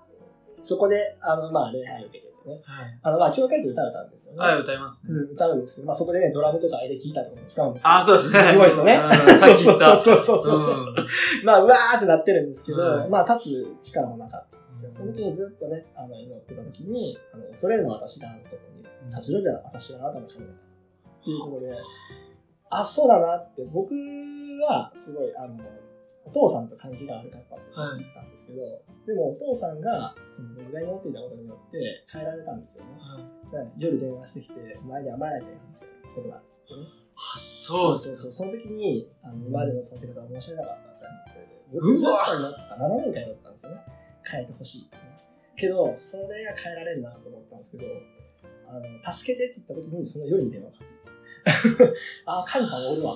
S3: そこで、あの、まあ、礼拝を受けてね、
S1: はい
S3: あの、まあ、教会で歌うたんですよね。
S1: はい、歌います
S3: う
S1: ね。
S3: ん、歌うんですけど、まあ、そこでね、ドラムとかあれでギターとかも使うんですけど。
S1: あ、そうですね。
S3: すごいですよね
S1: うんさっき言った。
S3: そうそうそうそうそう
S1: うん
S3: まあ、うわーってなってるんですけど、
S1: はい
S3: まあ、立つ力もなかったんですけど、その時にずっとね、あの、祈ってた時に、あの、恐れるのは私だなと思って、立ち止めは私があなたの神だから。っていうことで、あ、そうだなって、僕は、すごい、あの、お父さんと関係が悪かったんですよ、
S1: はい
S3: 言ったんですけど、でもお父さんが、その、僕が祈っていたことによって変えられたんですよね。だから夜電話してきて、お前に甘えて、ことがあって
S1: あそうで
S3: そう
S1: す
S3: そう
S1: ね。
S3: その時に、あの今までの育て方は申し訳なかったみたいなことで、僕ず
S1: う
S3: っ
S1: わ
S3: と祈ってた7年間祈ったんですよね。変えてほしいってね。けど、それが変えられるなと思ったんですけど、あの、助けてって言った時に、その夜に電話かかって。 *laughs* ああ、神様おるわと思って。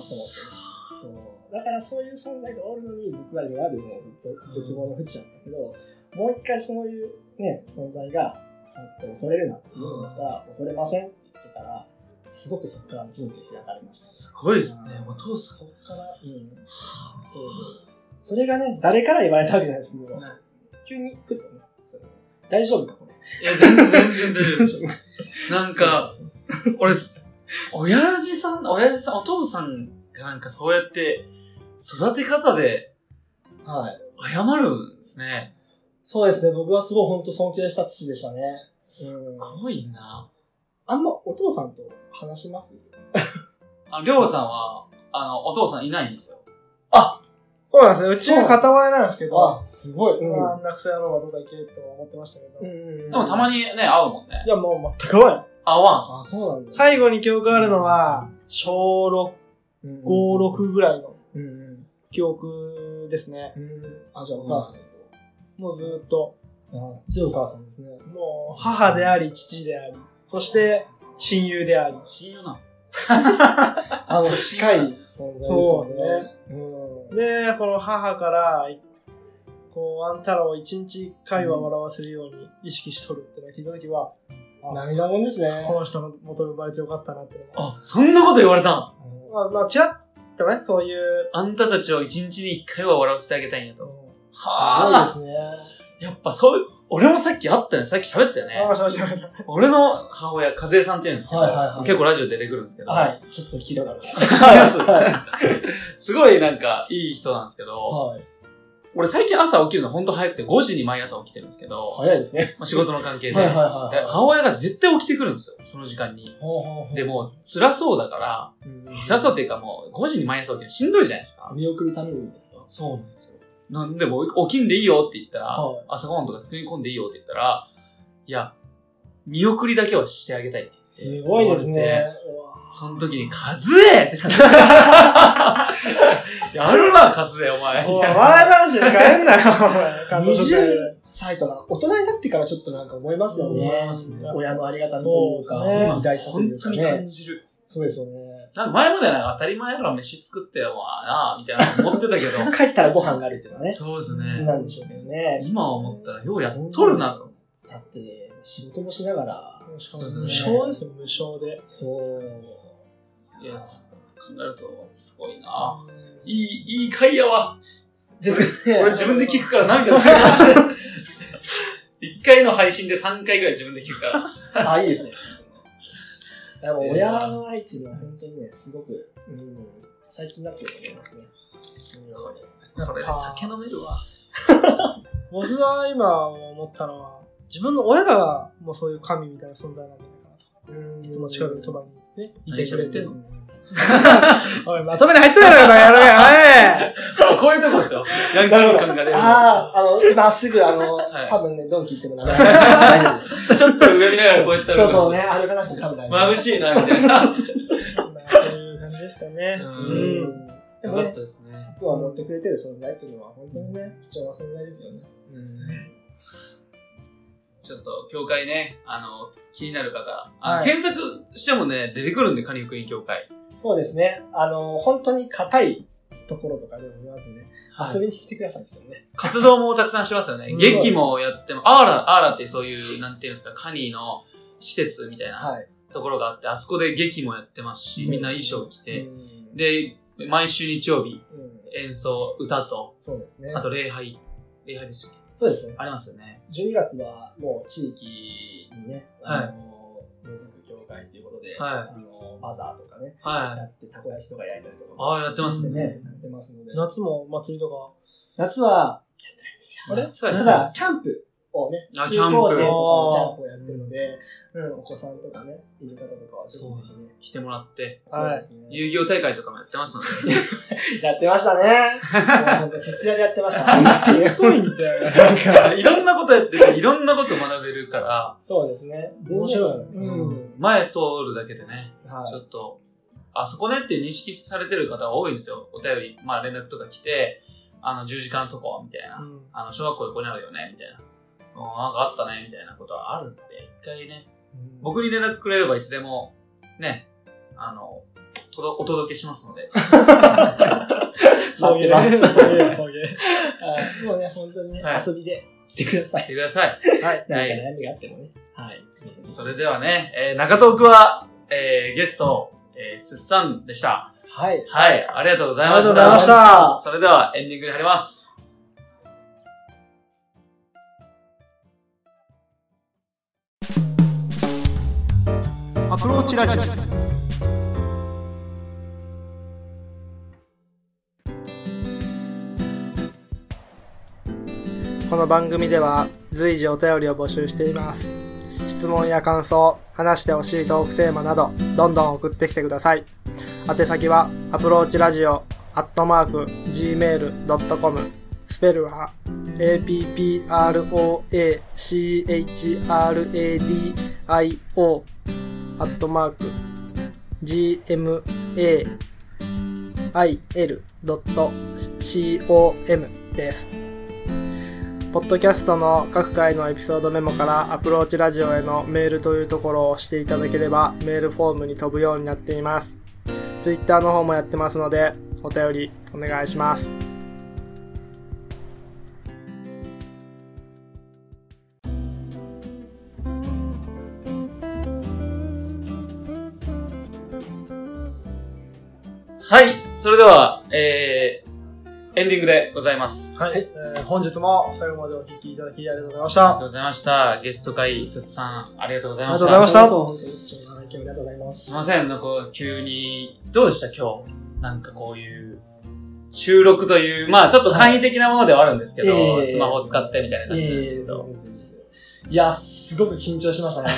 S3: そう。だからそういう存在がおるのに、僕は今までもずっと絶望の淵だったけど、もう一回そういうね、存在が、そう恐れるなっていうのだったら、恐れませんって言ってから、すごくそこから人生開かれました。
S1: すごいですね。もう父さ
S3: そ
S1: ん。
S3: っから、うん。そうそれがね、誰から言われたわけじゃないですけど、
S1: はい
S3: 急にふっとね、それ大丈夫かこれ。
S1: いや、全然、全然大丈夫で
S3: 大
S1: す
S3: 丈夫
S1: なんか、俺、親父さん、親父さん、お父さんがなんかそうやって、育て方で
S3: はい。
S1: 謝るんですね。
S3: そうですね、僕はすごい本当尊敬した父でしたね。
S1: すごいな。
S3: あんまお父さんと話します
S1: あの、りょうさんは、あの、お父さんいないんですよ。
S2: そうなんですね。うちの片親なんですけど、
S3: すごい。うん。
S2: まあ、なくせ野郎はどっか行けるとは思ってましたけど。
S3: う
S2: い
S3: んで
S1: でもたま
S3: に。
S1: にね、会うもんね。
S2: や、もう全く合わない。
S1: 会わん。
S3: あ、そうなんだ。
S2: 最後に記憶あるのは、小6、
S3: うん
S2: 5、。6ぐらいの
S3: うんうん。
S2: 記憶ですね。
S3: うんあ、じゃあお母さんと。
S2: もうずっと、
S3: あ強いお母さんですね。
S2: もう母であり、父であり、そして親友であり。
S1: 親友な。
S3: あの、近い存在ですよ
S2: そう
S3: ね
S2: で。で、この母から、こう、あんたらを一日会話笑わせるように意識しとるってのを聞いたときは、
S3: うん。涙もんですね。
S2: この人の元に生まれてよかったなってのが
S1: あ、そんなこと言われたん
S2: まあ、まあ、ちらっとね、そういう、
S1: あんたたちを一日に一回は笑わせてあげたいんやと。はあ。
S3: すごいですね。
S1: やっぱそういう、俺もさっき会ったよね。さっき喋ったよね
S2: あ。あ、しましました。
S1: 俺の母親、和江さんって言うんですけど、
S3: はいはいはい
S1: 結構ラジオ出てくるんですけど、
S3: はい。ちょっと聞いたことあります。
S1: います
S3: は
S1: *laughs* すごいなんかいい人なんですけど、
S3: はい。
S1: 俺最近朝起きるのほんと早くて5時に毎朝起きてるんですけど、
S3: 早いですね。
S1: まあ、仕事の関係で、
S3: はいはいはいはい
S1: で母親が絶対起きてくるんですよ、その時間に。
S3: ほうほうほう
S1: で、、もう辛そうだから、
S3: うん
S1: 辛そうっていうかもう5時に毎朝起きるのしんどいじゃないですか。
S3: 見送るためにですか
S1: そうなんですよ。なんでもう起きんでいいよって言ったら、
S3: はい
S1: 朝ごはんとか作り込んでいいよって言ったら、いや、見送りだけはしてあげたいって言って。
S3: すごいです
S1: 言われて
S3: ね。うわ
S1: その時に、カズエってなって。やるな、カズエ、お前。
S2: お
S1: み
S2: い
S1: たいな
S2: 笑い話で帰んなよ、お前感動しちゃう
S3: 20歳とか、大人になってからちょっとなんか思いますよね。
S1: 思いますね
S3: 親のありがたみというか、
S2: そうですね
S3: 偉大さとい
S1: 本
S3: う
S1: 当
S3: か
S1: に感
S3: ね。
S1: じる。
S3: そうですよね。
S1: なんか前までなんか当たり前やろ、飯作ってよ、まあな、みたいなの思ってたけ
S3: *laughs*
S1: ど。
S3: 帰ったらご飯があるっていうのはね、
S1: そうです
S3: 普通
S1: ね。
S3: なんでしょうけどね。
S1: 今思ったら、ようやっとるなと。
S3: だって、仕事もしながら、
S2: し
S1: かもね
S2: 無償ですよ、無償で。
S3: そう。
S1: いや、そう考えると、すごいな。いい、いい回やわ。
S3: ですかね。
S1: 俺自分で聞くから涙出て *laughs* 一1回の配信で3回ぐらい自分で聞くから。
S3: あ、い
S1: *laughs*
S3: いですね。でも、親の愛っていうのは本当にね、すごく、うん、最近になってると思いますね。す
S1: ごいこれで酒飲めるわ。
S2: 僕が今思ったのは、自分の親がもうそういう神みたいな存在なんじゃないかなと。いつも近くにそばにね、いてく
S1: 何
S2: れて
S1: 喋ってんの
S2: おい、まとめに入っとるやろうか、やろうや、 *laughs*
S1: こういうとこですよ。ヤンキー感が出る。
S3: ああ、あの、今すぐ、あの、
S1: はい
S3: 多分ね、ドンキ行っても名前
S1: *laughs*
S3: 大丈夫です。
S1: ちょっと上見ながらこうやった
S3: そう
S1: ら、 *laughs*
S3: そうね、歩かなくても多分大丈夫。
S1: 眩しいな、みたいな。
S2: おい。ですかね。
S1: う
S3: うんん。で
S1: よ
S3: も
S1: かっ
S3: ね
S1: た、ですね
S3: い。つも持ってくれてる存在っていうのは本当にね、貴重な存在ですよね。
S1: ちょっと、協会ね、あの、気になる方、あの
S3: はい
S1: 検索してもね、出てくるんで、カニ福音協会。
S3: そうですね。あの、本当に硬いところとかでも言わずね、
S1: はい
S3: 遊びに来てくださいですよね。
S1: 活動もたくさんしてますよね
S2: う。ん
S1: 劇もやっても、アーラ、アーラってそういう、なんていうんですか、カニの施設みたいな
S3: はい。
S1: ところがあって、あそこで劇もやってますし、みんな衣装着て
S3: う、ん、
S1: で、毎週日曜日、
S3: うん
S1: 演奏、歌と、
S3: そうですね。
S1: あと礼拝、礼拝でしたっけ
S3: そうですね。
S1: ありますよね。
S3: 12月はもう地域にね、
S1: はい
S3: あの、根付く協会ということで、
S1: は
S3: あの、バザーとかね、
S1: はい。
S3: やって、たこ焼きとか焼いたりとかも
S1: ああ、やってます
S3: して
S1: ね。
S3: ね、やってますので、
S2: 夏もお祭りとか。
S3: 夏は、あれ
S1: そうやっ
S3: た
S1: てま
S3: だ
S1: す、
S3: キャンプをね、
S1: あ
S3: 中高
S1: キ
S3: 生
S1: ャ
S3: とか
S1: ンプ
S3: のキャンプをやってるので、うん、お子さんとかね、いる方とかはぜひぜひね。
S1: 来てもらって、
S2: そうはい
S3: すね。
S1: 遊戯王大会とかもやってますので、
S3: やってましたね。もう本当徹夜でやってました。本当に
S2: んだよ。なん
S1: *laughs*
S2: か。
S1: いろんなことやってて、いろんなこと学べるから、
S3: *laughs* そうですね。
S2: 面白い
S3: うん。
S1: 前通るだけでね、ち
S3: は
S1: ょっと、あそこねって認識されてる方多いんですよ。お便り、まあ連絡とか来て、あの、十字架のとこ、みたいな。
S2: うん
S1: あの、小学校でここにあるよね、みたいな。うんなんかあったね、みたいなことはあるんで、一回ね、
S3: い。うん
S1: 僕に連絡くれればいつでも、ね、あの、とどお届けしますの
S2: *laughs*
S1: で。
S2: そういう、
S3: 待ってます
S2: そういう、そういう。
S3: はいもうね、本当にね
S1: はい、
S3: 遊びで来てくださ
S1: 来
S3: い。
S1: てください。
S2: はい。
S3: 何か
S1: は
S3: 悩みがあってもね。はい。
S1: それではね、えー中東区は、えーゲスト、えー、すっさんでした。
S3: はい。あり
S1: はい、ありがとうございました。
S2: ありがとうございました
S1: それではエンディングに入ります。
S2: アプローチラジオ。この番組では随時お便りを募集しています。質問や感想、話してほしいトークテーマなど、どんどん送ってきてください。宛先は、アプローチラジオ、アットマーク、gmail.com、スペルは、approachradio アットマーク gmail.com です。ポッドキャストの各回のエピソードメモからアプローチラジオへのメールというところを押していただければメールフォームに飛ぶようになっています。Twitter の方もやってますのでお便りお願いします。
S1: はい、それでは、えー、エンディングでございます。
S2: はい、本日も最後までお聞きいただきありがとうございまし
S1: ありが
S2: た。
S1: とうございました。ゲスト会、すっさん、ありがとうございまし
S2: ありがとうござ
S1: た。
S2: いまし
S1: す
S2: た
S3: 本当に貴重な意見ありがとうございます
S1: い。ません、なんか急に、どうでした今日。なんかこういう、収録という、まあちょっと簡易的なものではあるんですけど、
S3: ええ
S1: スマホを使ってみたいな感じなんですけど。
S3: いや、すごく緊張しましたね。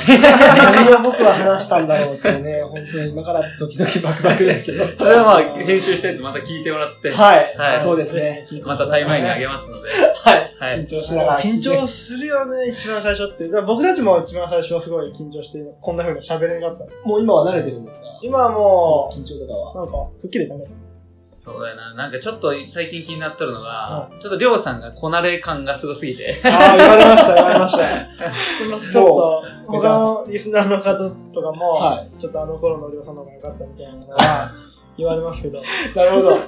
S3: 何を僕は話したんだろうってね、本当に今からドキドキバクバクですけど。
S1: *laughs* それはまあ、編集したやつまた聞いてもらって、
S3: はい、
S1: はい
S3: そうですね。
S1: またタイムラインにあげますので。
S3: はい、
S1: はい
S3: 緊張しながら。
S2: 緊張するよね、一番最初って。だから僕たちも一番最初はすごい緊張して、こんな風に喋れなかった。
S3: もう今は慣れてるんですか
S2: 今はも
S3: 緊張とか
S2: う、
S3: は。
S2: なんか、吹っ切れたね。
S1: そうだよな。なんかちょっと最近気になっとるのが、
S2: は
S1: ちょっとりょうさんがこなれ感がすごすぎ
S2: *laughs*
S1: て。
S2: *laughs* ああ、言われました、言われました。ちょっと、
S3: もう
S2: 他のリスナーの方とかも、
S3: は
S2: ちょっとあの頃のりょうさんの方が良かったみたいなのは言われますけ *laughs* ど、
S3: なるほど。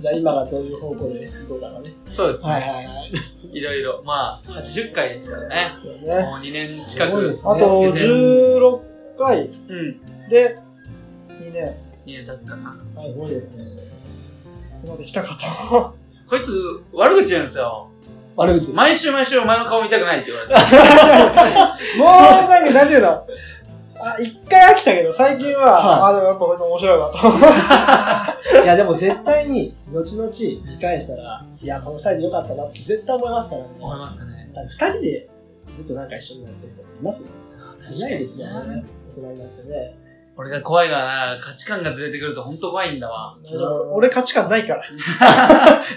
S3: じゃあ今がどういう方向で行こうかなね。
S1: *laughs* そうですね。
S3: はいはいはい。
S1: いろいろ。まあ、80回ですからね。
S2: ね、
S1: もう2年近
S3: すごい
S1: く。
S3: ですね
S2: あと16回
S1: うん。
S2: で2年、
S1: 2年経つかな。
S3: すごいですね。
S2: ここまで来たか *laughs* と。
S1: こいつ、悪口言うんですよ。
S3: 悪口です。
S1: 毎週毎週お前の顔見たくないって言われ
S3: *laughs*
S1: て。
S2: もう、なんか、なんていうのあ、一回飽きたけど、最近は、
S3: は
S2: あ、でもやっぱこいつ面白いわと。
S3: いやでも絶対に、後々見返したら、いや、この二人でよかったなって絶対思いますからね。
S1: 思いますかね。
S3: だって二人でずっとなんか一緒になってる人いますいないですよね。大人になってね。
S1: 俺が怖いのはな、価値観がずれてくるとほんと怖いんだわ。
S3: うん
S2: 俺価値観ないから。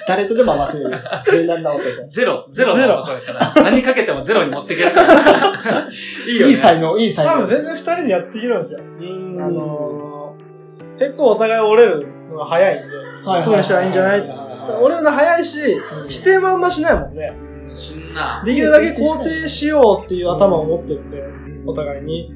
S3: 誰とでも合わせる柔軟な男。
S1: ゼロ、ゼロ
S2: ゼ
S1: の
S2: ロ
S1: 男だから、何かけてもゼロに持っていけ
S3: *laughs*
S1: るから。いいよ
S3: い
S1: ね。
S3: い才能、いい才
S2: 多
S3: 能。
S2: 分全然二人でやっていけるんですよ。
S3: 然
S2: あのー、結構お互い折れるのが早いんで、
S3: はい
S2: こういうのしたらいいんじゃない折れるの早いし、否定もあんましないもんね。
S1: うん死んな。
S2: できるだけ肯定しようっていう頭を持ってるんで、お互いに。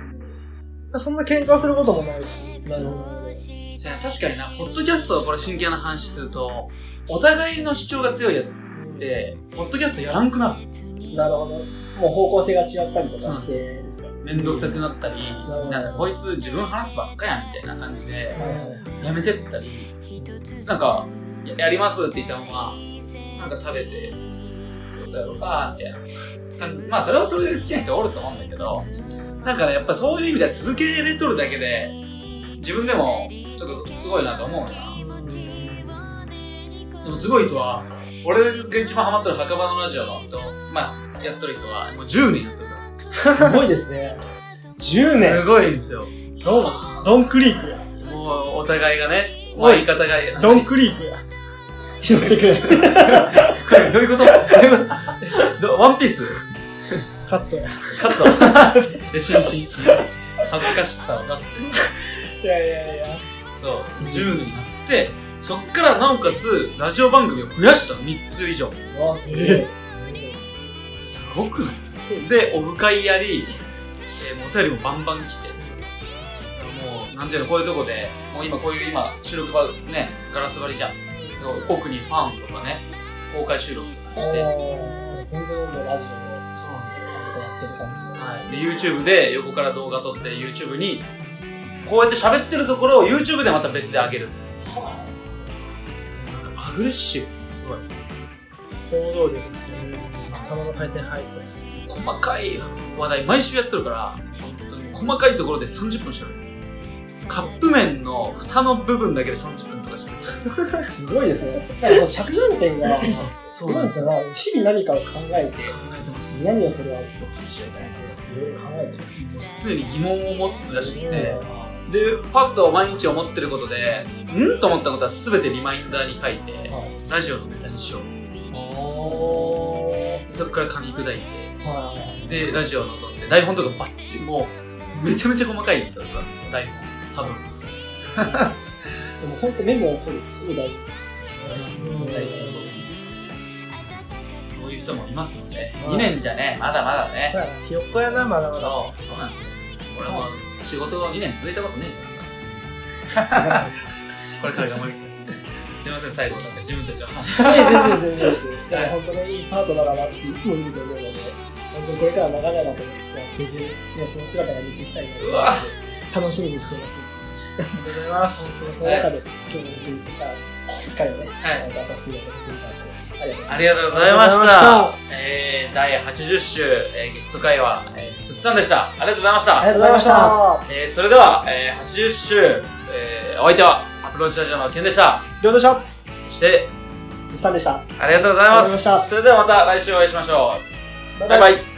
S2: そんな喧嘩することもないし。
S3: なるほど。
S1: じゃあ確かにな、ポッドキャストはこれ真剣な話すると、お互いの主張が強いやつって、ポッドキャストやらんくなる。
S3: なるほど。もう方向性が違ったりとかしてですか。
S1: めんどくさくなったり、
S3: ほど
S1: なんかこいつ自分話すばっかやんみたいな感じで、
S3: はいはいはい
S1: やめてったり、なんか、ややりますって言ったまま、なんか食べて、そうそうやろうか、みたいな感じ。まあそれはそれで好きな人おると思うんだけど、なんかね、やっぱそういう意味では続けれとるだけで、自分でもちょっとすごいなと思うな。でもすごい人は、俺が一番ハマってる墓場のラジオの人、まあ、やっとる人は、もう10年やってるか
S2: すごいです *laughs* ね。10
S1: ら。
S2: 年
S1: すごいんですよ。
S2: ドン、ドンクリークや。
S1: もう、お互いがね、ま
S2: お
S1: あ、言
S2: い
S1: い方が、
S2: ドンクリークや。
S3: 広げてくれる。
S1: これどういうことどういうことどワンピース
S2: カットや。
S1: カット *laughs* で、しんしんしん。恥ずかしさを出す。
S2: いやいやいや。
S1: そう、10年になって、そっからなおかつ、ラジオ番組を増やしたの、3つ以上。
S3: わあ、すげえ。
S1: すごくないで、オフ会やり、えーもうお便りもバンバン来て、もう、なんていうの、こういうとこで、もう今、こういう今、収録場、ね、ガラス張りじゃん。奥にファンとかね、公開収録して。そうなん
S3: 本当にもうラジオでや
S1: ですよ。
S3: ってる感
S1: はい、で YouTube で横から動画撮って YouTube にこうやって喋ってるところを YouTube でまた別で上げる
S3: じ。は
S1: なんかアグレッシブすごい
S2: 行動力ですよね。頭の回転入って。
S1: 細かい話題毎週やってるから本当に細かいところで30分喋るカップ麺の蓋の部分だけで30分とか喋る
S3: あすごいですね。なんかその着眼点が、すごいですよね。日々何かを考
S1: 考
S3: えて、
S1: えてますね
S3: 何をそれはとかしようみたいな、いろいろ考えて
S1: 常に疑問を持つらしくて
S3: る。
S1: でパッと毎日思ってることでうんと思ったことは全てリマインダーに書いて
S3: はい。
S1: ラジオのネタにしよう
S3: おー。
S1: そこから噛み砕いて
S3: はい。
S1: で、ラジオのその台本とかバッチリ、もう、めちゃめちゃ細かいんですよ、台本。多分。
S3: でも本当メモを取るってすごい大事ですね。
S1: うんそういう人もいますので、2年じゃね、まだまだね。
S2: ひよっこやな、まだまだ。
S1: そう、そうなんですよ。俺も仕事が2年続いたことねえからさ。これから頑張ります。すいません、最後、なんか自分たちの話。
S3: いや全然全然です。いや、本当にいいパートナーだなっていつも見て思うので、本当にこれから長々と、ね、その姿が見ていきたいな
S1: うわ
S3: と楽しみにしています。
S2: ありがとうございます。
S3: 本当にその中で、今日の一日から、しっかりね、
S1: はい
S3: 出させていただいてる感謝です。ありがとうござい
S1: ありがとうございまし
S2: ありがとうござい
S1: た
S2: ま。
S1: えー、第80週、えーゲスト会は、えー、すっさんでした。ありがとうございました
S3: あり。がとうございました。
S1: えーそれでは、えー80週、えーお相手はアプローチラジオのケンでした
S2: りょうでした。
S1: そして
S3: すっさんでした。
S1: ありがとうございます
S3: ありがとうございました
S1: それではまた来週お会いしましょうバイバイ